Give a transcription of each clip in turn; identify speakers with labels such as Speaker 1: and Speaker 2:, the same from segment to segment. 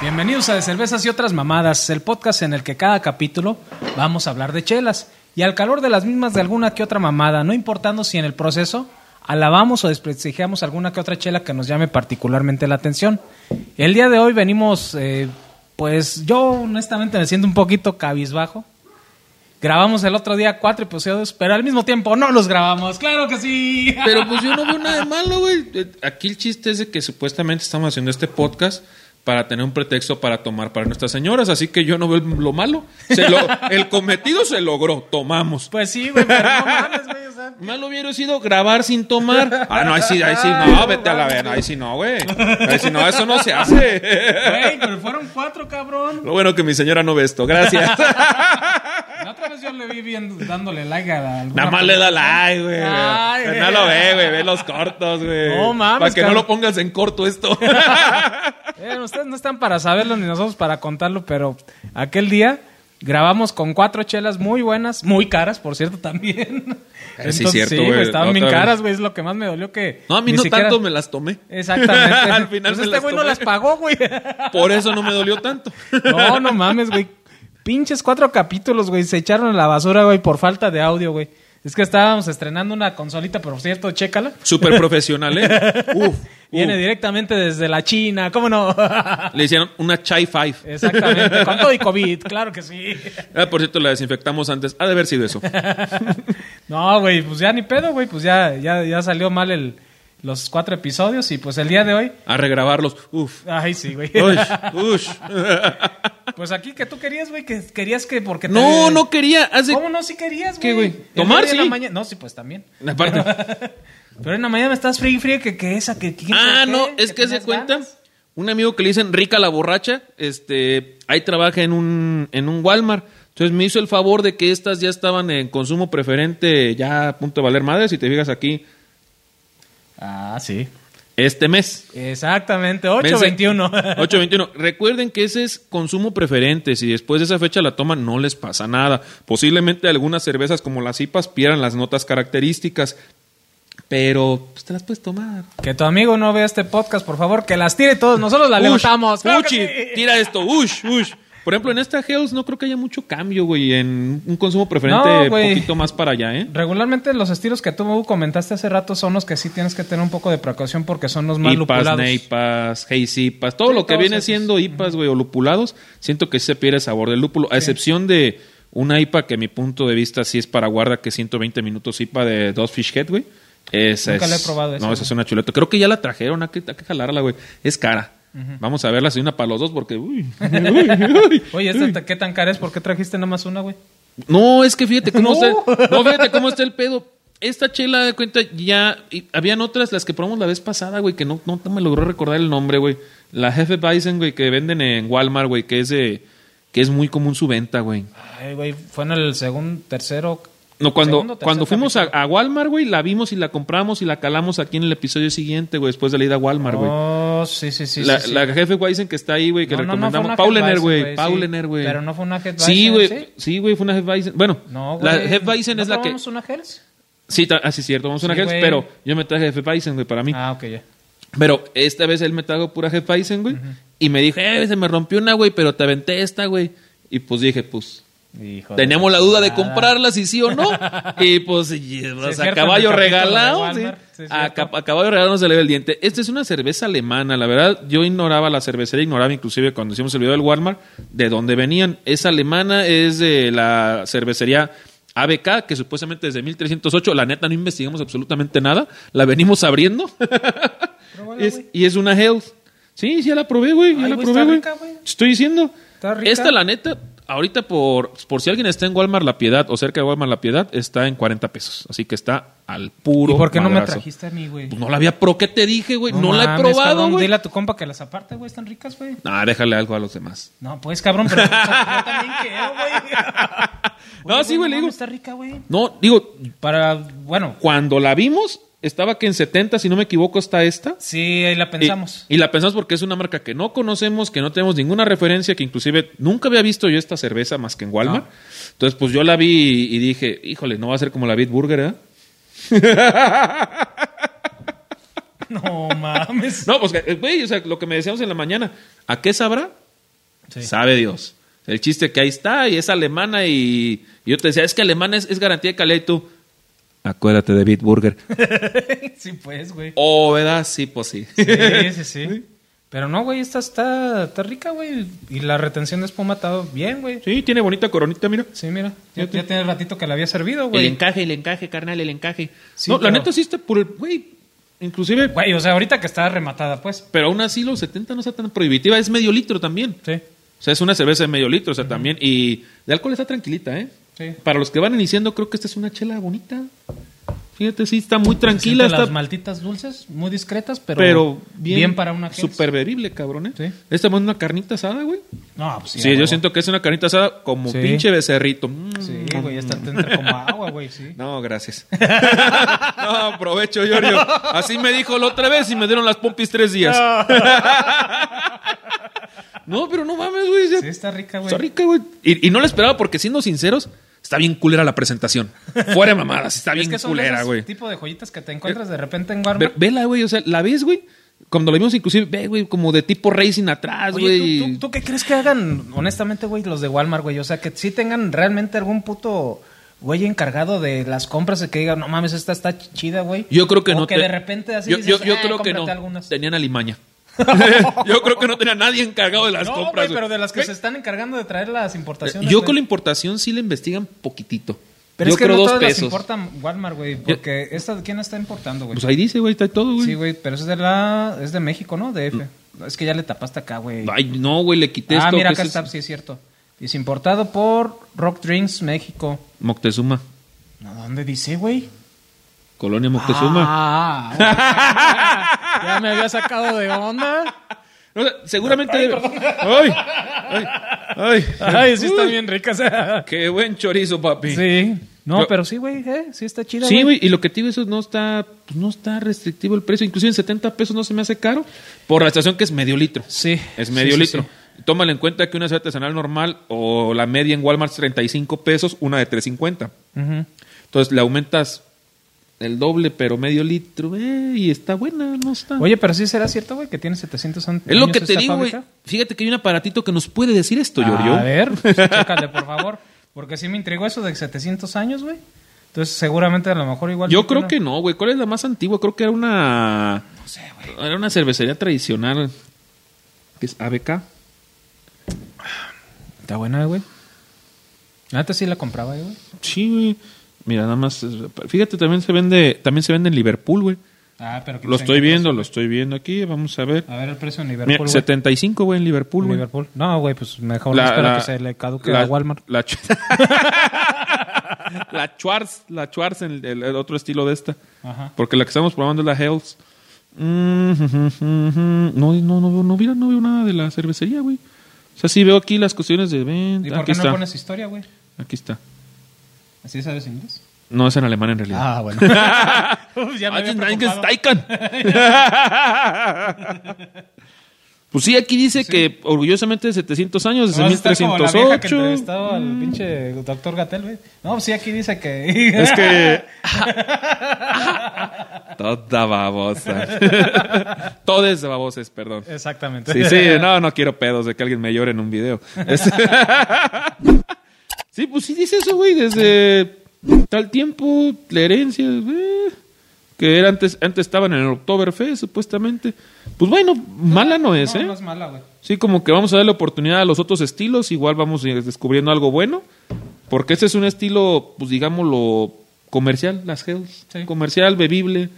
Speaker 1: Bienvenidos a De Cervezas y otras mamadas, el podcast en el que cada capítulo vamos a hablar de chelas y al calor de las mismas de alguna que otra mamada, no importando si en el proceso alabamos o desprestigiamos alguna que otra chela que nos llame particularmente la atención. El día de hoy venimos, eh, pues yo honestamente me siento un poquito cabizbajo. Grabamos el otro día cuatro episodios, pero al mismo tiempo no los grabamos. ¡Claro que sí!
Speaker 2: Pero pues yo no veo nada de malo, güey. Eh, Aquí el chiste es de que supuestamente estamos haciendo este podcast para tener un pretexto para tomar para nuestras señoras, así que yo no veo lo malo. Se lo- el cometido se logró, tomamos.
Speaker 1: Pues sí, güey, pero no mames, güey, o sea,
Speaker 2: Malo hubiera sido grabar sin tomar. Ah, no, ahí sí, ahí sí, no, vete a la verga, ahí sí no, güey. Ahí sí no, eso no se hace.
Speaker 1: Güey, pero fueron cuatro, cabrón.
Speaker 2: Lo bueno que mi señora no ve esto, gracias.
Speaker 1: La otra vez yo le vi viendo, dándole like a la- alguna
Speaker 2: Nada más le da like, güey.
Speaker 1: Ay, güey.
Speaker 2: No lo ve, güey, ve los cortos, güey.
Speaker 1: No mames,
Speaker 2: Para que no
Speaker 1: cabrón.
Speaker 2: lo pongas en corto esto.
Speaker 1: Eh, ustedes no están para saberlo ni nosotros para contarlo, pero aquel día grabamos con cuatro chelas muy buenas, muy caras, por cierto, también.
Speaker 2: Eh, sí, cierto,
Speaker 1: güey,
Speaker 2: güey,
Speaker 1: estaban
Speaker 2: la
Speaker 1: bien
Speaker 2: otra
Speaker 1: caras,
Speaker 2: vez.
Speaker 1: güey. Es lo que más me dolió que.
Speaker 2: No, a mí
Speaker 1: ni
Speaker 2: no
Speaker 1: siquiera-
Speaker 2: tanto me las tomé.
Speaker 1: Exactamente.
Speaker 2: Al final
Speaker 1: Pues
Speaker 2: me
Speaker 1: este
Speaker 2: las
Speaker 1: güey no
Speaker 2: tomé.
Speaker 1: las pagó, güey.
Speaker 2: Por eso no me dolió tanto.
Speaker 1: No, no mames, güey. Pinches cuatro capítulos, güey. Se echaron a la basura, güey, por falta de audio, güey. Es que estábamos estrenando una consolita, por cierto, chécala.
Speaker 2: Súper profesional, ¿eh? Uf. uf.
Speaker 1: Viene directamente desde la China, ¿cómo no?
Speaker 2: Le hicieron una Chai Five.
Speaker 1: Exactamente, con todo y COVID, claro que sí.
Speaker 2: Ah, por cierto, la desinfectamos antes. Ha de haber sido eso.
Speaker 1: No, güey, pues ya ni pedo, güey, pues ya, ya, ya salió mal el, los cuatro episodios y pues el día de hoy.
Speaker 2: A regrabarlos. Uf.
Speaker 1: Ay, sí, güey.
Speaker 2: Ush, ush.
Speaker 1: Pues aquí que tú querías, güey, que querías que porque te-
Speaker 2: No, no quería. Hace...
Speaker 1: ¿Cómo no? Sí querías, güey.
Speaker 2: ¿Qué, güey?
Speaker 1: El
Speaker 2: Tomar,
Speaker 1: día de la
Speaker 2: sí.
Speaker 1: mañana- No, sí, pues también.
Speaker 2: Aparte.
Speaker 1: Pero en la mañana estás frío y frío que, que esa, que... que-
Speaker 2: Ah,
Speaker 1: que-
Speaker 2: no, es que se
Speaker 1: tenías
Speaker 2: cuenta.
Speaker 1: ganas.
Speaker 2: Un amigo que le dicen rica la borracha, este, ahí trabaja en un, en un Walmart. Entonces me hizo el favor de que estas ya estaban en consumo preferente, ya a punto de valer madre, si te fijas aquí,
Speaker 1: Ah, sí.
Speaker 2: este mes.
Speaker 1: Exactamente,
Speaker 2: Vence-
Speaker 1: 821.
Speaker 2: 8.21. Recuerden que ese es consumo preferente. Si después de esa fecha la toman, no les pasa nada. Posiblemente algunas cervezas como las IPAs pierdan las notas características. Pero pues, te las puedes tomar.
Speaker 1: Que tu amigo no vea este podcast, por favor, que las tire todos. Nosotros las
Speaker 2: Ush,
Speaker 1: levantamos. ¡Claro que
Speaker 2: uchi,
Speaker 1: sí!
Speaker 2: tira esto, ush, ush. Por ejemplo, en esta Hells no creo que haya mucho cambio, güey, en un consumo preferente
Speaker 1: No,
Speaker 2: un
Speaker 1: güey.
Speaker 2: poquito más para allá, ¿eh?
Speaker 1: Regularmente los estilos que tú comentaste hace rato son los que sí tienes que tener un poco de precaución porque son los más
Speaker 2: IPAs,
Speaker 1: lupulados.
Speaker 2: NEIPAs, Hazy IPAs, todo
Speaker 1: Sí,
Speaker 2: lo que
Speaker 1: todos
Speaker 2: viene
Speaker 1: esos.
Speaker 2: siendo IPAs, güey, o lupulados, siento que sí se pierde el sabor del lúpulo, a excepción de una IPA que a mi punto de vista sí es para guarda, que es 120 minutos IPA de Dos Fish Head, güey. Esa
Speaker 1: Nunca
Speaker 2: es-
Speaker 1: la he probado esa,
Speaker 2: No, esa
Speaker 1: güey.
Speaker 2: es una chuleta. Creo que ya la trajeron, hay que, hay que jalarla, güey. Es cara. Vamos a verla, si una para los dos, porque... uy, uy, uy.
Speaker 1: Oye, ¿esta ta- qué tan cara es? ¿Por qué trajiste nada más una, güey?
Speaker 2: No, es que fíjate cómo
Speaker 1: No.
Speaker 2: está. No, fíjate cómo está el pedo. Esta chela de cuenta ya. y habían otras, las que probamos la vez pasada, güey, que no, no me logró recordar el nombre, güey. La Jefe Bison, güey, que venden en Walmart, güey, que es de. que es muy común su venta, güey.
Speaker 1: Ay, güey, fue en el segundo, tercero.
Speaker 2: No, cuando,
Speaker 1: segundo, tercer
Speaker 2: cuando fuimos a, a Walmart, güey, la vimos y la compramos y la calamos aquí en el episodio siguiente, güey, después de la ida a Walmart, güey.
Speaker 1: capítulo. Oh, sí, sí, sí.
Speaker 2: la,
Speaker 1: sí, sí.
Speaker 2: la jefe Weizen que está ahí, güey, que
Speaker 1: No, no, no, fue
Speaker 2: recomendamos.
Speaker 1: una
Speaker 2: Pauliner,
Speaker 1: Hefeweizen,
Speaker 2: güey.
Speaker 1: güey,
Speaker 2: Pauliner,
Speaker 1: sí.
Speaker 2: güey.
Speaker 1: Pero no fue una Hefeweizen,
Speaker 2: Sí,
Speaker 1: ¿sí?
Speaker 2: güey. Sí, güey, fue una Hefeweizen. Bueno,
Speaker 1: No, güey.
Speaker 2: la Hefeweizen
Speaker 1: ¿No
Speaker 2: es la que.
Speaker 1: probamos una Hells?
Speaker 2: Sí, ta- ah, sí, cierto, vamos a una
Speaker 1: Sí,
Speaker 2: Hells,
Speaker 1: güey.
Speaker 2: pero yo me traje Hefeweizen, güey, para mí.
Speaker 1: Ah, ok, ya.
Speaker 2: Pero esta vez él me trajo pura Hefeweizen, güey, y me dijo, eh, se me rompió una, güey, pero te aventé esta, güey. Y pues dije, pues,
Speaker 1: Hijo de
Speaker 2: teníamos la duda de
Speaker 1: chingada.
Speaker 2: comprarla, si sí o no. y pues, y, o sea,
Speaker 1: es cierto,
Speaker 2: a caballo
Speaker 1: en el capítulo de
Speaker 2: regalado, sí.
Speaker 1: Walmart, sí, es
Speaker 2: a,
Speaker 1: cierto.
Speaker 2: cap- a caballo regalado no se le ve el diente. Esta es una cerveza alemana, la verdad, yo ignoraba la cervecería, ignoraba inclusive cuando hicimos el video del Walmart, de dónde venían. Es alemana, es de la cervecería... ABK, que supuestamente desde 1308, la neta no investigamos absolutamente nada, la venimos abriendo.
Speaker 1: Pruébala,
Speaker 2: Es-
Speaker 1: güey.
Speaker 2: y es una health. Sí, sí, ya la probé, güey. Ya
Speaker 1: Ay,
Speaker 2: la
Speaker 1: güey,
Speaker 2: probé,
Speaker 1: está
Speaker 2: güey.
Speaker 1: rica, güey.
Speaker 2: Te Estoy diciendo.
Speaker 1: Está rica.
Speaker 2: Esta, la neta, ahorita por, por si alguien está en Walmart La Piedad o cerca de Walmart La Piedad, está en 40 pesos. Así que está al puro.
Speaker 1: ¿Y por qué no me
Speaker 2: madrazo.
Speaker 1: trajiste a mí, güey?
Speaker 2: Pues no la había pro. ¿Qué te dije, güey? No, la he
Speaker 1: mames,
Speaker 2: probado,
Speaker 1: cabrón,
Speaker 2: güey.
Speaker 1: Dile a tu compa que las aparte, güey, están ricas, güey.
Speaker 2: Nah, déjale algo a los demás.
Speaker 1: No, pues cabrón, pero o sea, yo también quiero, güey.
Speaker 2: No,
Speaker 1: Oye,
Speaker 2: sí, güey, le
Speaker 1: mames,
Speaker 2: digo.
Speaker 1: Está rica, güey.
Speaker 2: No, digo,
Speaker 1: Para, bueno,
Speaker 2: cuando la vimos, estaba que en 70, si no me equivoco, está esta.
Speaker 1: sí, ahí la pensamos.
Speaker 2: Y, y la pensamos porque es una marca que no conocemos, que no tenemos ninguna referencia, que inclusive nunca había visto yo esta cerveza más que en Walmart. Entonces, pues yo la vi y, y dije, híjole, no va a ser como la Bitburger, ¿eh?
Speaker 1: No mames.
Speaker 2: eh, No, pues, eh, güey, o sea, lo que me decíamos en la mañana, ¿a qué sabrá?
Speaker 1: Sí.
Speaker 2: Sabe Dios. El chiste que ahí está y es alemana y, y yo te decía, es que alemana es, es garantía de calidad y tú, acuérdate de Bitburger.
Speaker 1: sí, pues, güey.
Speaker 2: Oh, ¿verdad? Sí, pues sí.
Speaker 1: Sí, sí, sí. Pero no, güey, esta está, está rica, güey. Y la retención de espuma está bien, güey.
Speaker 2: Sí, tiene bonita coronita, mira.
Speaker 1: Sí, mira. Ya,
Speaker 2: Fíjate.
Speaker 1: ya tiene ratito que la había servido,
Speaker 2: El
Speaker 1: güey.
Speaker 2: encaje, el encaje, carnal, el encaje.
Speaker 1: Sí,
Speaker 2: no, la
Speaker 1: pero-
Speaker 2: neta sí está por el... Güey, inclusive...
Speaker 1: Güey, o sea, ahorita que está rematada, pues.
Speaker 2: Pero aún así los 70 no está tan prohibitiva. Es medio litro también.
Speaker 1: Sí.
Speaker 2: O sea, es una cerveza de medio litro, o sea, también. Y de alcohol está tranquilita, ¿eh?
Speaker 1: Sí.
Speaker 2: Para los que van iniciando, creo que esta es una chela bonita. Fíjate, sí, está muy tranquila.
Speaker 1: Se sienten
Speaker 2: Está,
Speaker 1: Las maltitas dulces, muy discretas, pero,
Speaker 2: pero, bien,
Speaker 1: para una Helles.
Speaker 2: Super bebible, cabrón, ¿eh?
Speaker 1: Sí.
Speaker 2: Esta es una carnita asada, güey.
Speaker 1: No, pues
Speaker 2: Sí,
Speaker 1: sí.
Speaker 2: yo
Speaker 1: a huevo.
Speaker 2: siento que es una carnita asada como
Speaker 1: Sí.
Speaker 2: pinche becerrito. Mm.
Speaker 1: Sí, güey, esta te entra como agua, güey, sí.
Speaker 2: No, gracias. no, aprovecho, Yorio. Así me dijo la otra vez y me dieron las pompis tres días. no, pero no mames, güey.
Speaker 1: Sí, está rica, güey.
Speaker 2: Está rica, güey. Y, y no la esperaba porque, siendo sinceros, está bien culera la presentación. Fuera de mamadas, está bien
Speaker 1: es que son
Speaker 2: culera,
Speaker 1: esos
Speaker 2: güey.
Speaker 1: tipo de joyitas que te encuentras de repente en
Speaker 2: Ve-
Speaker 1: Walmart.
Speaker 2: Vela, güey, o sea, la ves, güey. Cuando la vimos, inclusive, ve, güey, como de tipo racing atrás,
Speaker 1: Oye, ¿tú,
Speaker 2: güey.
Speaker 1: tú, tú qué crees que hagan, honestamente, güey, los de Walmart, güey? O sea, que sí tengan realmente algún puto güey encargado de las compras y que digan, no mames, esta está ch- chida, güey.
Speaker 2: Yo creo que
Speaker 1: O
Speaker 2: no.
Speaker 1: que
Speaker 2: te-
Speaker 1: de repente así
Speaker 2: Yo,
Speaker 1: dices,
Speaker 2: yo- yo
Speaker 1: "Ah,
Speaker 2: creo que no.
Speaker 1: cómprate algunas".
Speaker 2: Tenían alimaña. yo creo que no tenía nadie encargado de las
Speaker 1: No,
Speaker 2: compras.
Speaker 1: güey, pero de las que
Speaker 2: Güey,
Speaker 1: se están encargando de traer las importaciones.
Speaker 2: Yo
Speaker 1: güey.
Speaker 2: con la importación sí le investigan poquitito.
Speaker 1: Pero
Speaker 2: yo
Speaker 1: es que
Speaker 2: creo
Speaker 1: no
Speaker 2: dos
Speaker 1: todas las
Speaker 2: pesos.
Speaker 1: importa Walmart, güey, porque esta, ¿quién la está importando, güey?
Speaker 2: Pues ahí dice, güey, está todo, güey.
Speaker 1: Sí, güey, pero es de la, es de México, ¿no? De F. Es que ya le tapaste acá, güey.
Speaker 2: Ay, no, güey, le quité
Speaker 1: Ah,
Speaker 2: esto.
Speaker 1: mira,
Speaker 2: que
Speaker 1: acá
Speaker 2: ese es
Speaker 1: está, sí es cierto. Dice importado por Rock Drinks México.
Speaker 2: Moctezuma.
Speaker 1: No, ¿Dónde dice, güey?
Speaker 2: Colonia Moctezuma.
Speaker 1: Ah, bueno, Ah, ya me había sacado de onda.
Speaker 2: O sea, seguramente. debe- Ay, ay, ay,
Speaker 1: Ay, sí están
Speaker 2: Uy,
Speaker 1: bien ricas. eh.
Speaker 2: Qué buen chorizo, papi.
Speaker 1: Sí. No,
Speaker 2: Yo-
Speaker 1: pero sí, güey, eh, sí está chida.
Speaker 2: Sí, güey, y lo que te digo, eso no está, pues, no está restrictivo el precio. Inclusive en 70 pesos no se me hace caro por la estación que es medio litro.
Speaker 1: Sí.
Speaker 2: Es
Speaker 1: Sí,
Speaker 2: medio
Speaker 1: sí,
Speaker 2: litro.
Speaker 1: sí.
Speaker 2: Tómale en cuenta que una cerveza artesanal normal o la media en Walmart es 35 pesos, una de 350.
Speaker 1: Ujú.
Speaker 2: Entonces le aumentas el doble, pero medio litro, eh, y está buena, no está.
Speaker 1: Oye, pero sí será cierto, güey, que tiene 700 an- años.
Speaker 2: es lo que te
Speaker 1: esta
Speaker 2: digo, güey.
Speaker 1: fábrica?
Speaker 2: Fíjate que hay un aparatito que nos puede decir esto, Yorio.
Speaker 1: A ver, pues, chécale, por favor. Porque sí me intrigó eso de 700 años, güey. Entonces, seguramente a lo mejor igual.
Speaker 2: Yo creo que no, güey. ¿Cuál es la más antigua? Creo que era una.
Speaker 1: No sé, güey.
Speaker 2: Era una cervecería tradicional. Que es ABK.
Speaker 1: Está buena, güey. Antes sí la compraba, güey.
Speaker 2: Sí, güey. Mira, nada más. es- Fíjate, también se vende, también se vende en Liverpool, güey.
Speaker 1: Ah, pero que
Speaker 2: Lo
Speaker 1: se
Speaker 2: estoy
Speaker 1: encuentra-
Speaker 2: viendo, lo estoy viendo aquí. Vamos a ver.
Speaker 1: A ver el precio en
Speaker 2: Mira,
Speaker 1: Liverpool. güey.
Speaker 2: 75, güey, en Liverpool, güey.
Speaker 1: Liverpool. No, güey, pues mejor espera que se le caduque
Speaker 2: la-
Speaker 1: a Walmart.
Speaker 2: La, Ch- la Schwarz, la Schwarz, el, el- el otro estilo de esta.
Speaker 1: Ajá.
Speaker 2: Porque la que estamos probando es la Hells. Mm, ujú, ujú. No, no, no, veo- no, mira, no veo nada de la cervecería, güey. O sea, sí veo aquí las cuestiones de
Speaker 1: ¿Y
Speaker 2: venta.
Speaker 1: por qué
Speaker 2: Aquí
Speaker 1: no
Speaker 2: está.
Speaker 1: pones historia, güey?
Speaker 2: Aquí está.
Speaker 1: ¿Así sabes inglés?
Speaker 2: No, es en alemán en realidad.
Speaker 1: Ah, bueno. Uf, ya me había
Speaker 2: Alten Eingens
Speaker 1: preocupado.
Speaker 2: Steichen. Pues sí, aquí dice que orgullosamente de 700 años, desde
Speaker 1: Vas a estar Pues como la vieja que
Speaker 2: 1308.
Speaker 1: entrevistaba al pinche doctor Gatel, güey. No, pues sí, aquí dice que...
Speaker 2: Es que. Toda babosa. Todes baboses, perdón.
Speaker 1: Exactamente.
Speaker 2: Sí, sí, no, no quiero pedos de que alguien me llore en un video. Es- sí, pues sí dice eso, güey, desde tal tiempo, la herencia, eh, que era antes, antes estaban en el Oktoberfest, supuestamente. Pues bueno, mala no es,
Speaker 1: No,
Speaker 2: ¿eh?
Speaker 1: no es mala, güey.
Speaker 2: Sí, como que vamos a darle oportunidad a los otros estilos, igual vamos eh, descubriendo algo bueno, porque este es un estilo, pues digámoslo, comercial, las Hells,
Speaker 1: Sí.
Speaker 2: comercial, bebible,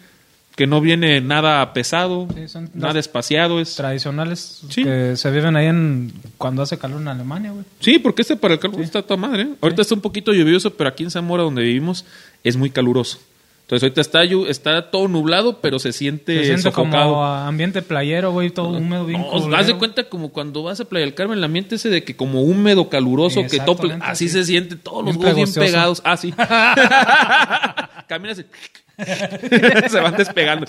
Speaker 2: que no viene nada pesado,
Speaker 1: Sí, son
Speaker 2: nada
Speaker 1: las-
Speaker 2: espaciado, es...
Speaker 1: Tradicionales
Speaker 2: Sí.
Speaker 1: que se viven ahí en cuando hace calor en Alemania, güey.
Speaker 2: Sí, porque este para el calor está toda madre. ¿eh? Ahorita está un poquito lluvioso, pero aquí en Zamora, donde vivimos, es muy caluroso. Entonces ahorita está, llu- está todo nublado, pero se siente,
Speaker 1: Se siente
Speaker 2: sofocado.
Speaker 1: como a ambiente playero, güey, todo húmedo, bien
Speaker 2: No,
Speaker 1: culero,
Speaker 2: haz de
Speaker 1: güey.
Speaker 2: cuenta como cuando vas a Playa del Carmen, el ambiente ese de que como húmedo, caluroso, que tople,
Speaker 1: Exactamente,
Speaker 2: así
Speaker 1: sí.
Speaker 2: se siente, todos los
Speaker 1: Bien
Speaker 2: huevos bien
Speaker 1: pegocioso.
Speaker 2: pegados, ah, sí. Caminas y se van despegando.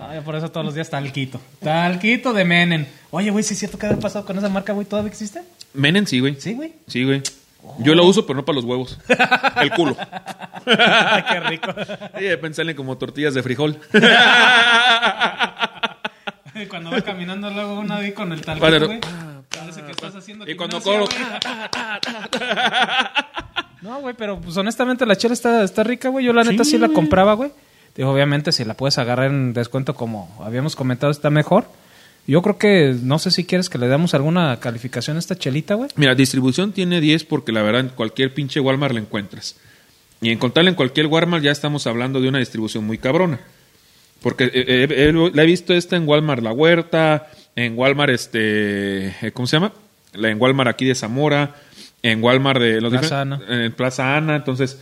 Speaker 1: Ay, por eso todos los días talquito. Talquito de Menem. Oye, güey, ¿sí es cierto que había pasado con esa marca, güey? ¿Todavía existe?
Speaker 2: Menen sí, güey.
Speaker 1: Sí, Oh. güey.
Speaker 2: Sí, güey. Yo lo uso, pero no para los huevos. El culo.
Speaker 1: Ay, qué rico.
Speaker 2: Sí, pensarle como tortillas de frijol.
Speaker 1: Cuando va caminando luego uno ahí con el talquito, Ah,
Speaker 2: Padre,
Speaker 1: güey. parece que estás haciendo
Speaker 2: Y cuando
Speaker 1: gimnasia,
Speaker 2: corro.
Speaker 1: güey. No, güey, pero pues honestamente la chela está, está rica, güey. Yo la neta
Speaker 2: Sí,
Speaker 1: sí la
Speaker 2: güey.
Speaker 1: compraba, güey. Digo, obviamente si la puedes agarrar en descuento como habíamos comentado está mejor. Yo creo que, no sé si quieres que le damos alguna calificación a esta chelita, güey.
Speaker 2: Mira, distribución tiene 10 porque la verdad en cualquier pinche Walmart la encuentras. Y encontrarla en cualquier Walmart ya estamos hablando de una distribución muy cabrona. Porque eh, eh, eh, la he visto esta en Walmart La Huerta, en Walmart este, eh, ¿cómo se llama? La en Walmart aquí de Zamora, en Walmart de los
Speaker 1: Plaza
Speaker 2: difer-
Speaker 1: Ana.
Speaker 2: En Plaza Ana, entonces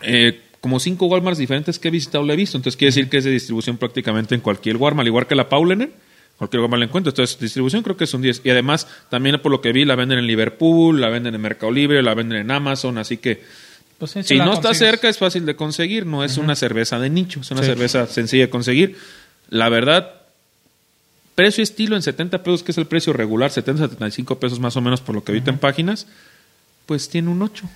Speaker 2: eh, como cinco Walmarts diferentes que he visitado la he visto. Entonces quiere decir que es de distribución prácticamente en cualquier Walmart, al igual que la Pauliner. Cualquier Walmart la encuentro. Entonces, distribución creo que es un 10. Y además, también por lo que vi, la venden en Liverpool, la venden en Mercado Libre, la venden en Amazon. Así que,
Speaker 1: Pues sí, sí
Speaker 2: si
Speaker 1: la
Speaker 2: no está
Speaker 1: consigues.
Speaker 2: cerca, es fácil de conseguir. No es una cerveza de nicho, es una
Speaker 1: Sí.
Speaker 2: cerveza sencilla de conseguir. La verdad, precio estilo en 70 pesos, que es el precio regular, 70, 75 pesos más o menos por lo que ahorita en páginas, pues tiene un 8.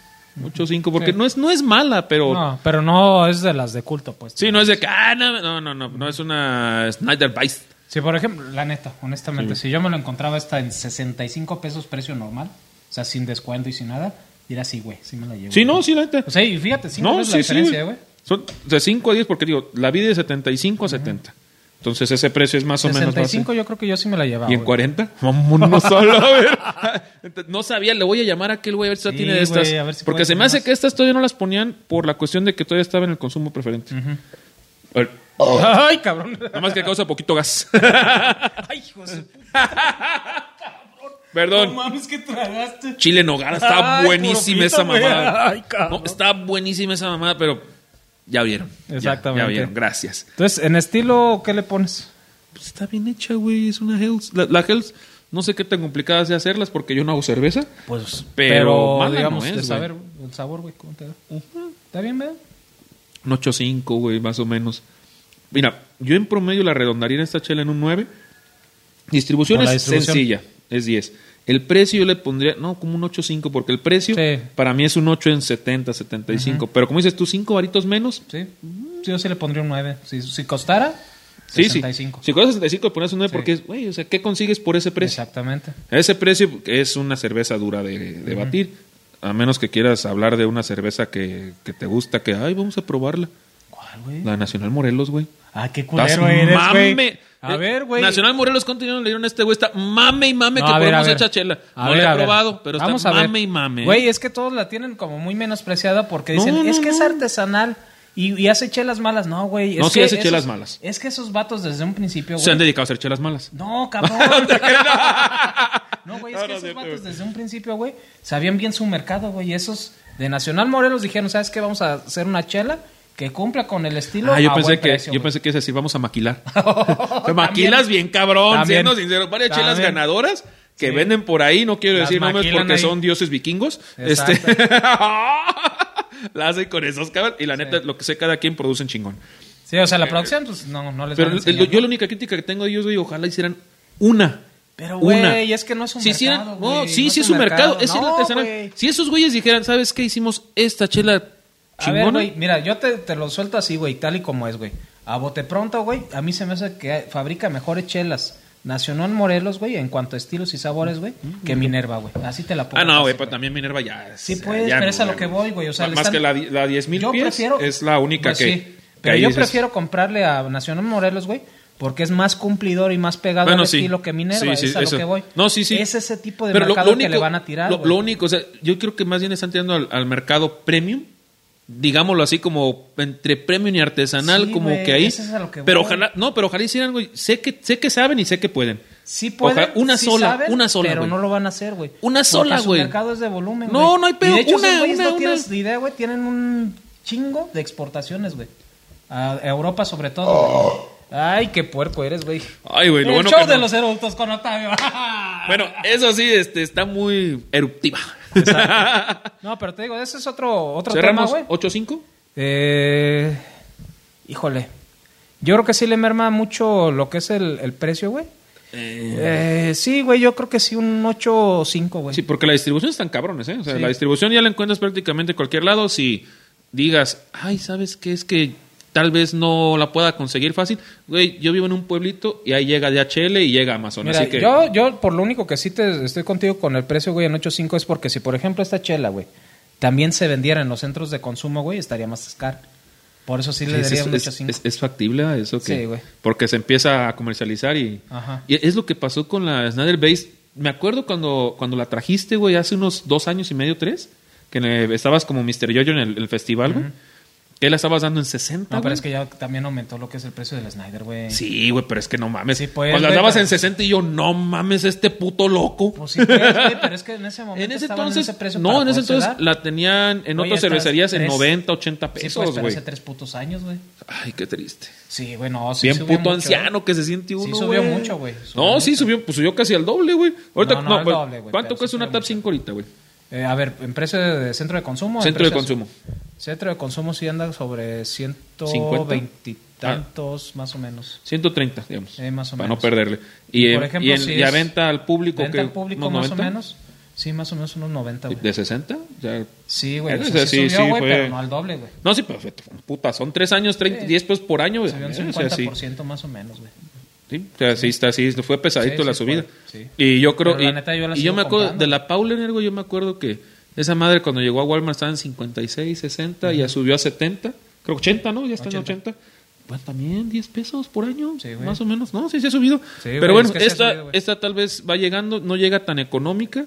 Speaker 2: 8, 5, porque
Speaker 1: Sí.
Speaker 2: no, es, no es mala, pero
Speaker 1: No, pero no es de las de culto, pues.
Speaker 2: Sí, no es de que, ah, no, no, no, no, no es una Snyder Vice.
Speaker 1: Sí, por ejemplo, la neta, honestamente, si yo me lo encontraba esta en 65 pesos precio normal, o sea, sin descuento y sin nada, dirá sí, güey, sí me la llevo.
Speaker 2: Sí,
Speaker 1: güey".
Speaker 2: no, sí, la neta.
Speaker 1: O sea, y fíjate, sí,
Speaker 2: No,
Speaker 1: no, la
Speaker 2: sí, sí,
Speaker 1: diferencia, güey.
Speaker 2: güey. Son de 5 a 10, porque digo, la vida de 75 a 70. Entonces ese precio es más o menos. base.
Speaker 1: 65 yo creo que yo sí me la llevaba.
Speaker 2: ¿Y en
Speaker 1: güey.
Speaker 2: 40? Vámonos solo, a ver. Ent- No sabía, le voy a llamar a aquel güey a ver si ya
Speaker 1: Sí,
Speaker 2: tiene de
Speaker 1: güey,
Speaker 2: estas.
Speaker 1: a ver si
Speaker 2: porque
Speaker 1: puede
Speaker 2: se me
Speaker 1: tener
Speaker 2: hace
Speaker 1: más.
Speaker 2: que estas todavía no las ponían por la cuestión de que todavía estaba en el consumo preferente. A ver,
Speaker 1: Ay, cabrón.
Speaker 2: Nada más que causa poquito gas.
Speaker 1: Ay, hijo de su puta,
Speaker 2: Perdón.
Speaker 1: mames, que tragaste.
Speaker 2: Chile en hogar, está
Speaker 1: Ay,
Speaker 2: buenísima
Speaker 1: porfita,
Speaker 2: esa mamada.
Speaker 1: güey. Ay, cabrón.
Speaker 2: No, está buenísima esa mamada, pero ya vieron. Ya, Ya,
Speaker 1: Exactamente.
Speaker 2: vieron, gracias.
Speaker 1: Entonces, en estilo, ¿qué le pones?
Speaker 2: Pues está bien hecha, güey, es una Hells. La, la Hells, no sé qué tan complicadas de hacerlas porque yo no hago cerveza.
Speaker 1: Pues,
Speaker 2: pero
Speaker 1: pero,
Speaker 2: mala
Speaker 1: digamos,
Speaker 2: no es,
Speaker 1: de
Speaker 2: güey.
Speaker 1: saber el sabor, güey, ¿cómo te da? ¿Está bien, verdad?
Speaker 2: Un 8.5, güey, más o menos. Mira, yo en promedio la redondaría en esta chela en un 9. Distribución
Speaker 1: Por
Speaker 2: es
Speaker 1: la distribución.
Speaker 2: sencilla, es 10. El precio yo le pondría, no, como un 8.5, porque el precio
Speaker 1: Sí.
Speaker 2: para mí es un 8 en 70, 75. Pero como dices tú, 5 varitos menos,
Speaker 1: Sí. Sí, Yo sí le pondría un 9. Si, si costara,
Speaker 2: Sí,
Speaker 1: 65.
Speaker 2: Sí, Si cuesta 65, pones un 9
Speaker 1: Sí.
Speaker 2: porque es, güey, o sea, ¿qué consigues por ese precio?
Speaker 1: Exactamente.
Speaker 2: A ese precio que es una cerveza dura de, de batir, a menos que quieras hablar de una cerveza que, que te gusta, que, ay, vamos a probarla.
Speaker 1: ¿Cuál, güey?
Speaker 2: La Nacional Morelos, güey.
Speaker 1: Ah, qué
Speaker 2: Estás
Speaker 1: culero eres, güey.
Speaker 2: mame.
Speaker 1: A
Speaker 2: Eh,
Speaker 1: ver, güey.
Speaker 2: Nacional Morelos, ¿cuánto dinero le dieron a este güey? Está mame y mame
Speaker 1: No,
Speaker 2: que
Speaker 1: a ver,
Speaker 2: probamos
Speaker 1: a ver.
Speaker 2: esta chela.
Speaker 1: A
Speaker 2: no
Speaker 1: ver,
Speaker 2: la
Speaker 1: a
Speaker 2: he
Speaker 1: ver.
Speaker 2: probado, pero
Speaker 1: Vamos
Speaker 2: está
Speaker 1: a ver.
Speaker 2: mame y mame. eh.
Speaker 1: Güey, es que todos la tienen como muy menospreciada porque
Speaker 2: No,
Speaker 1: dicen,
Speaker 2: no,
Speaker 1: es que es
Speaker 2: no.
Speaker 1: artesanal y, y hace chelas malas. No, güey. es
Speaker 2: No, sí
Speaker 1: que
Speaker 2: hace
Speaker 1: esos-
Speaker 2: chelas malas.
Speaker 1: Es que esos vatos desde un principio,
Speaker 2: Se han
Speaker 1: güey.
Speaker 2: dedicado a hacer chelas malas.
Speaker 1: No, cabrón. no, güey, es
Speaker 2: No,
Speaker 1: que
Speaker 2: no,
Speaker 1: esos
Speaker 2: cierto,
Speaker 1: vatos
Speaker 2: güey.
Speaker 1: desde un principio, güey, sabían bien su mercado, güey. Esos de Nacional Morelos dijeron, ¿sabes qué? Vamos a hacer una chela que cumpla con el estilo.
Speaker 2: Ah, yo
Speaker 1: a
Speaker 2: pensé
Speaker 1: buen
Speaker 2: que
Speaker 1: precio,
Speaker 2: yo
Speaker 1: güey".
Speaker 2: pensé que es así, vamos a maquilar. Te maquilas bien cabrón,
Speaker 1: También.
Speaker 2: siendo sincero, varias chelas
Speaker 1: También.
Speaker 2: ganadoras que
Speaker 1: Sí.
Speaker 2: venden por ahí, no quiero
Speaker 1: Las
Speaker 2: decir nombres
Speaker 1: maquilan
Speaker 2: porque
Speaker 1: ahí.
Speaker 2: son dioses vikingos.
Speaker 1: Exacto.
Speaker 2: Este la hacen con esos cabrón y la neta lo que sé cada quien producen chingón.
Speaker 1: Sí, o sea, la producción, pues no, no les
Speaker 2: Pero
Speaker 1: van a
Speaker 2: el-
Speaker 1: enseñar,
Speaker 2: yo
Speaker 1: ¿no?
Speaker 2: la única crítica que tengo de ellos güey, ojalá hicieran una
Speaker 1: Pero,
Speaker 2: una.
Speaker 1: güey, es que no es un
Speaker 2: Si hicieran-
Speaker 1: mercado.
Speaker 2: no,
Speaker 1: güey,
Speaker 2: sí,
Speaker 1: no
Speaker 2: sí es un mercado. esa es la
Speaker 1: No,
Speaker 2: artesanal.
Speaker 1: güey.
Speaker 2: Si esos güeyes dijeran, ¿sabes qué? Hicimos esta chela
Speaker 1: A ver,
Speaker 2: chingona.
Speaker 1: güey, mira, yo te, te lo suelto así, güey, tal y como es, güey. A bote pronto, güey, a mí se me hace que fabrica mejores chelas Nacional Morelos, güey, en cuanto a estilos y sabores, güey,
Speaker 2: Mm,
Speaker 1: que Minerva, güey. Así te la pongo.
Speaker 2: Ah, no, güey,
Speaker 1: fácil,
Speaker 2: pero también Minerva ya. es-
Speaker 1: Sí, pues,
Speaker 2: ya
Speaker 1: pero
Speaker 2: no,
Speaker 1: es a lo
Speaker 2: ya
Speaker 1: que
Speaker 2: no.
Speaker 1: voy, güey, o sea, le
Speaker 2: más
Speaker 1: están-
Speaker 2: que la, di- la 10.000
Speaker 1: Yo
Speaker 2: pies
Speaker 1: prefiero-
Speaker 2: es la única
Speaker 1: pues
Speaker 2: que.
Speaker 1: sí,
Speaker 2: que
Speaker 1: pero
Speaker 2: ahí
Speaker 1: yo
Speaker 2: dices,
Speaker 1: prefiero comprarle a Nacional Morelos, güey, porque es más cumplidor y más pegado
Speaker 2: Bueno,
Speaker 1: al
Speaker 2: sí.
Speaker 1: estilo que Minerva.
Speaker 2: Sí, sí,
Speaker 1: es a lo
Speaker 2: eso.
Speaker 1: que voy.
Speaker 2: No, sí, sí.
Speaker 1: Es ese tipo de
Speaker 2: Pero lo-
Speaker 1: mercado
Speaker 2: lo
Speaker 1: que le
Speaker 2: único-
Speaker 1: van a tirar.
Speaker 2: Lo,
Speaker 1: güey.
Speaker 2: lo único, o sea, yo creo que más bien están tirando al, al mercado premium. Digámoslo así, como entre premium y artesanal,
Speaker 1: Sí,
Speaker 2: como
Speaker 1: güey,
Speaker 2: que ahí.
Speaker 1: eso es a lo que
Speaker 2: pero
Speaker 1: voy.
Speaker 2: ojalá, no, pero ojalá hicieran, güey. Sé que, sé que saben y sé que pueden.
Speaker 1: Sí pueden,
Speaker 2: Ojalá- una
Speaker 1: sí
Speaker 2: sola,
Speaker 1: saben,
Speaker 2: una sola,
Speaker 1: Pero
Speaker 2: güey.
Speaker 1: no lo van a hacer, güey.
Speaker 2: Una sola,
Speaker 1: Porque
Speaker 2: güey.
Speaker 1: Su mercado es de volumen,
Speaker 2: No,
Speaker 1: güey.
Speaker 2: no hay
Speaker 1: Y
Speaker 2: pedo,
Speaker 1: de hecho, esos
Speaker 2: una,
Speaker 1: güeyes
Speaker 2: una,
Speaker 1: no
Speaker 2: una.
Speaker 1: tienes ni idea, güey. Tienen un chingo de exportaciones, güey. A Europa sobre todo. güey. Ay, qué puerco eres, güey.
Speaker 2: Ay, güey, lo
Speaker 1: El
Speaker 2: bueno
Speaker 1: show
Speaker 2: que no.
Speaker 1: de los eructos con Octavio.
Speaker 2: Bueno, eso sí, este, está muy eruptiva.
Speaker 1: No, pero te digo, ese es otro, otro tema,
Speaker 2: Cerramos
Speaker 1: güey.
Speaker 2: 8-5.
Speaker 1: Eh, híjole. Yo creo que sí le merma mucho lo que es el, el precio, güey. Eh, sí, güey, yo creo que sí un 8 o 5, güey.
Speaker 2: Sí, porque la distribución están cabrones, ¿eh? O sea,
Speaker 1: Sí.
Speaker 2: la distribución ya la encuentras prácticamente en cualquier lado. Si digas, ay, ¿sabes qué? Es que tal vez no la pueda conseguir fácil. Güey, yo vivo en un pueblito y ahí llega DHL y llega Amazon.
Speaker 1: Mira,
Speaker 2: así que
Speaker 1: yo, yo por lo único que sí te estoy contigo con el precio, güey, en 8.5 es porque si, por ejemplo, esta chela, güey, también se vendiera en los centros de consumo, güey, estaría más cara. Por eso sí le
Speaker 2: es,
Speaker 1: daría
Speaker 2: es-
Speaker 1: un
Speaker 2: es-
Speaker 1: 8.5.
Speaker 2: es- es factible a eso que
Speaker 1: Sí, güey.
Speaker 2: porque se empieza a comercializar y,
Speaker 1: Ajá.
Speaker 2: y es lo que pasó con la Snyder Base. Me acuerdo cuando, cuando la trajiste, güey, hace unos dos años y medio, tres, que eh, estabas como Mr. Yoyo en el, el festival, güey. Que la estabas dando en 60.
Speaker 1: No, pero
Speaker 2: güey.
Speaker 1: es que ya también aumentó lo que es el precio del Snyder, güey.
Speaker 2: Sí, güey, pero es que no mames.
Speaker 1: Sí, pues,
Speaker 2: Cuando
Speaker 1: güey,
Speaker 2: andabas
Speaker 1: pero-
Speaker 2: en 60 y yo, no mames, este puto loco.
Speaker 1: Pues sí, pues, güey, pero es que en ese momento
Speaker 2: en ese
Speaker 1: estaban
Speaker 2: entonces,
Speaker 1: en ese precio para
Speaker 2: no, en ese
Speaker 1: poderse
Speaker 2: entonces
Speaker 1: dar.
Speaker 2: la tenían en
Speaker 1: Oye,
Speaker 2: otras
Speaker 1: estás
Speaker 2: cervecerías en
Speaker 1: tres-
Speaker 2: 90, 80
Speaker 1: Sí, pues,
Speaker 2: pesos,
Speaker 1: pero
Speaker 2: güey.
Speaker 1: hace tres putos años, güey.
Speaker 2: Ay, qué triste.
Speaker 1: Sí, güey, no, sí
Speaker 2: Bien
Speaker 1: subió
Speaker 2: puto
Speaker 1: mucho,
Speaker 2: anciano
Speaker 1: ¿eh?
Speaker 2: que se siente uno,
Speaker 1: subió mucho, güey. Subió
Speaker 2: No,
Speaker 1: mucho.
Speaker 2: sí subió, pues subió casi al doble, güey. Ahorita,
Speaker 1: No,
Speaker 2: no,
Speaker 1: no, al
Speaker 2: pues,
Speaker 1: doble, güey,
Speaker 2: ¿Cuánto
Speaker 1: pero
Speaker 2: cuesta
Speaker 1: sí
Speaker 2: una
Speaker 1: subió
Speaker 2: Tab
Speaker 1: mucho.
Speaker 2: 5 ahorita, güey?
Speaker 1: Eh, a ver, ¿en precio de, de centro de consumo? en
Speaker 2: Centro de
Speaker 1: precios-
Speaker 2: consumo.
Speaker 1: Centro de consumo sí anda sobre
Speaker 2: 50.
Speaker 1: 120 y tantos, más o menos.
Speaker 2: 130, digamos.
Speaker 1: Eh, más o
Speaker 2: para
Speaker 1: menos.
Speaker 2: no perderle. Y,
Speaker 1: por
Speaker 2: en-
Speaker 1: ejemplo,
Speaker 2: y, en-
Speaker 1: si
Speaker 2: y a
Speaker 1: es
Speaker 2: venta al público.
Speaker 1: ¿Venta
Speaker 2: que
Speaker 1: al público
Speaker 2: unos
Speaker 1: más o
Speaker 2: 90,
Speaker 1: menos? Sí, más o menos unos 90, güey.
Speaker 2: ¿De 60? O sea,
Speaker 1: Sí, güey.
Speaker 2: Eh,
Speaker 1: o
Speaker 2: o
Speaker 1: sea,
Speaker 2: sea,
Speaker 1: sí,
Speaker 2: sí,
Speaker 1: subió,
Speaker 2: sí,
Speaker 1: güey,
Speaker 2: fue- Eh,
Speaker 1: pero no al doble, güey.
Speaker 2: No, sí, pero fue- puta, son 3 años, 30,
Speaker 1: Sí.
Speaker 2: 10 pesos por año, güey.
Speaker 1: Subió un
Speaker 2: Eh, o sea, sí.
Speaker 1: 50% más o menos, güey.
Speaker 2: Sí, o sea, sí, está, sí, fue pesadito
Speaker 1: Sí, sí,
Speaker 2: la
Speaker 1: fue,
Speaker 2: subida.
Speaker 1: sí.
Speaker 2: Y yo creo.
Speaker 1: Pero la
Speaker 2: y-
Speaker 1: neta, yo la
Speaker 2: y yo
Speaker 1: sigo
Speaker 2: me acuerdo
Speaker 1: comprando.
Speaker 2: de la Pauliner, güey. Yo me acuerdo que esa madre cuando llegó a Walmart estaba en 56, 60, ya subió a 70, creo 80, ¿no? Ya está
Speaker 1: 80.
Speaker 2: en 80. Pues también 10 pesos por año,
Speaker 1: Sí, güey.
Speaker 2: más o menos. No, sí, se ha subido.
Speaker 1: güey,
Speaker 2: pero bueno,
Speaker 1: es que sí ha
Speaker 2: esta,
Speaker 1: subido, güey.
Speaker 2: esta tal vez va llegando, no llega tan económica.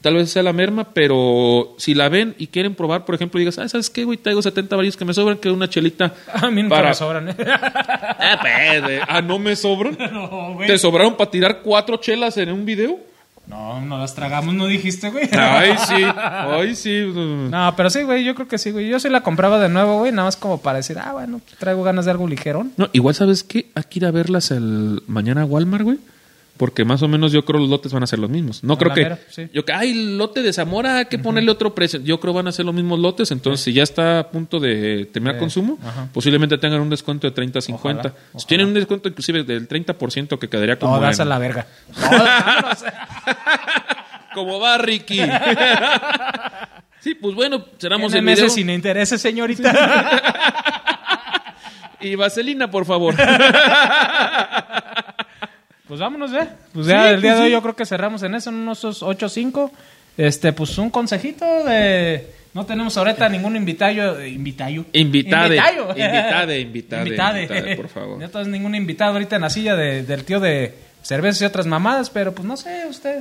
Speaker 2: Tal vez sea la merma, pero si la ven y quieren probar, por ejemplo, digas, ah, ¿sabes qué, güey? Traigo 70 varillos que me sobran, que una chelita.
Speaker 1: A mí nunca
Speaker 2: para-
Speaker 1: me sobran, ¿eh?
Speaker 2: Ah, pues, güey. ah, no me sobran.
Speaker 1: No, güey.
Speaker 2: ¿Te sobraron para tirar cuatro chelas en un video?
Speaker 1: No, no las tragamos, no dijiste, güey.
Speaker 2: Ay, sí, ay, sí.
Speaker 1: No, pero sí, güey, yo creo que sí, güey. Yo sí la compraba de nuevo, güey, nada más como para decir, ah, bueno, traigo ganas de algo ligerón.
Speaker 2: No, igual sabes que hay que ir a verlas el mañana a Walmart, güey. Porque más o menos yo creo los lotes van a ser los mismos. No
Speaker 1: A
Speaker 2: creo
Speaker 1: la
Speaker 2: que.
Speaker 1: mera, sí.
Speaker 2: Yo que, ay, el lote de Zamora, hay que ponerle otro precio. Yo creo van a ser los mismos lotes. Entonces, si ya está a punto de terminar
Speaker 1: Sí,
Speaker 2: consumo,
Speaker 1: ajá.
Speaker 2: posiblemente tengan un descuento de 30, 50.
Speaker 1: Ojalá,
Speaker 2: Si tienen un descuento inclusive del 30% que quedaría como.
Speaker 1: Todas
Speaker 2: en-
Speaker 1: a la verga.
Speaker 2: Como va, Ricky. sí, pues bueno, cerramos
Speaker 1: Tiene
Speaker 2: el video.
Speaker 1: meses sin intereses, señorita.
Speaker 2: Y vaselina, por favor.
Speaker 1: Pues vámonos, ¿eh? Pues ya
Speaker 2: Sí,
Speaker 1: el día
Speaker 2: pues
Speaker 1: de hoy
Speaker 2: sí.
Speaker 1: yo creo que cerramos en eso, en unos 8 o 5. Este, pues un consejito de... No tenemos ahorita ningún invitado. Invitayo.
Speaker 2: Invitade.
Speaker 1: Invitayo.
Speaker 2: Invitade, invitade, invitade, por favor.
Speaker 1: No tenemos ningún invitado ahorita en la silla de- del tío de cervezas y otras mamadas, pero pues no sé, usted.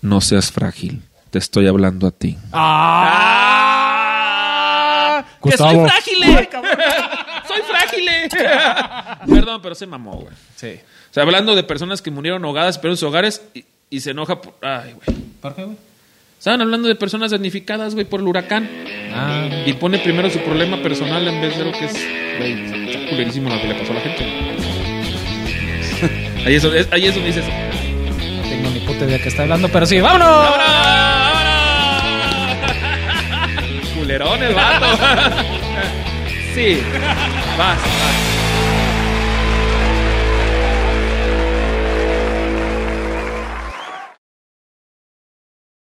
Speaker 2: No seas frágil. Te estoy hablando a ti.
Speaker 1: ¡Ah!
Speaker 3: Gustavo.
Speaker 2: ¡Que soy frágil! eh! ¡Soy frágil! eh! Perdón, pero se mamó, güey.
Speaker 1: Sí.
Speaker 2: O sea, hablando de personas que murieron ahogadas, pero en sus hogares y, y se enoja por. Ay, güey.
Speaker 1: ¿Por qué, güey?
Speaker 2: Estaban hablando de personas damnificadas, güey, por el huracán.
Speaker 1: Ah.
Speaker 2: Y pone primero su problema personal en vez de lo que es. Güey, está culerísimo lo que le pasó a la gente. ahí es donde, ahí es donde dices.
Speaker 1: No tengo ni puta idea que está hablando, pero sí, vámonos.
Speaker 2: Culerón el vato. sí. Vas, vas.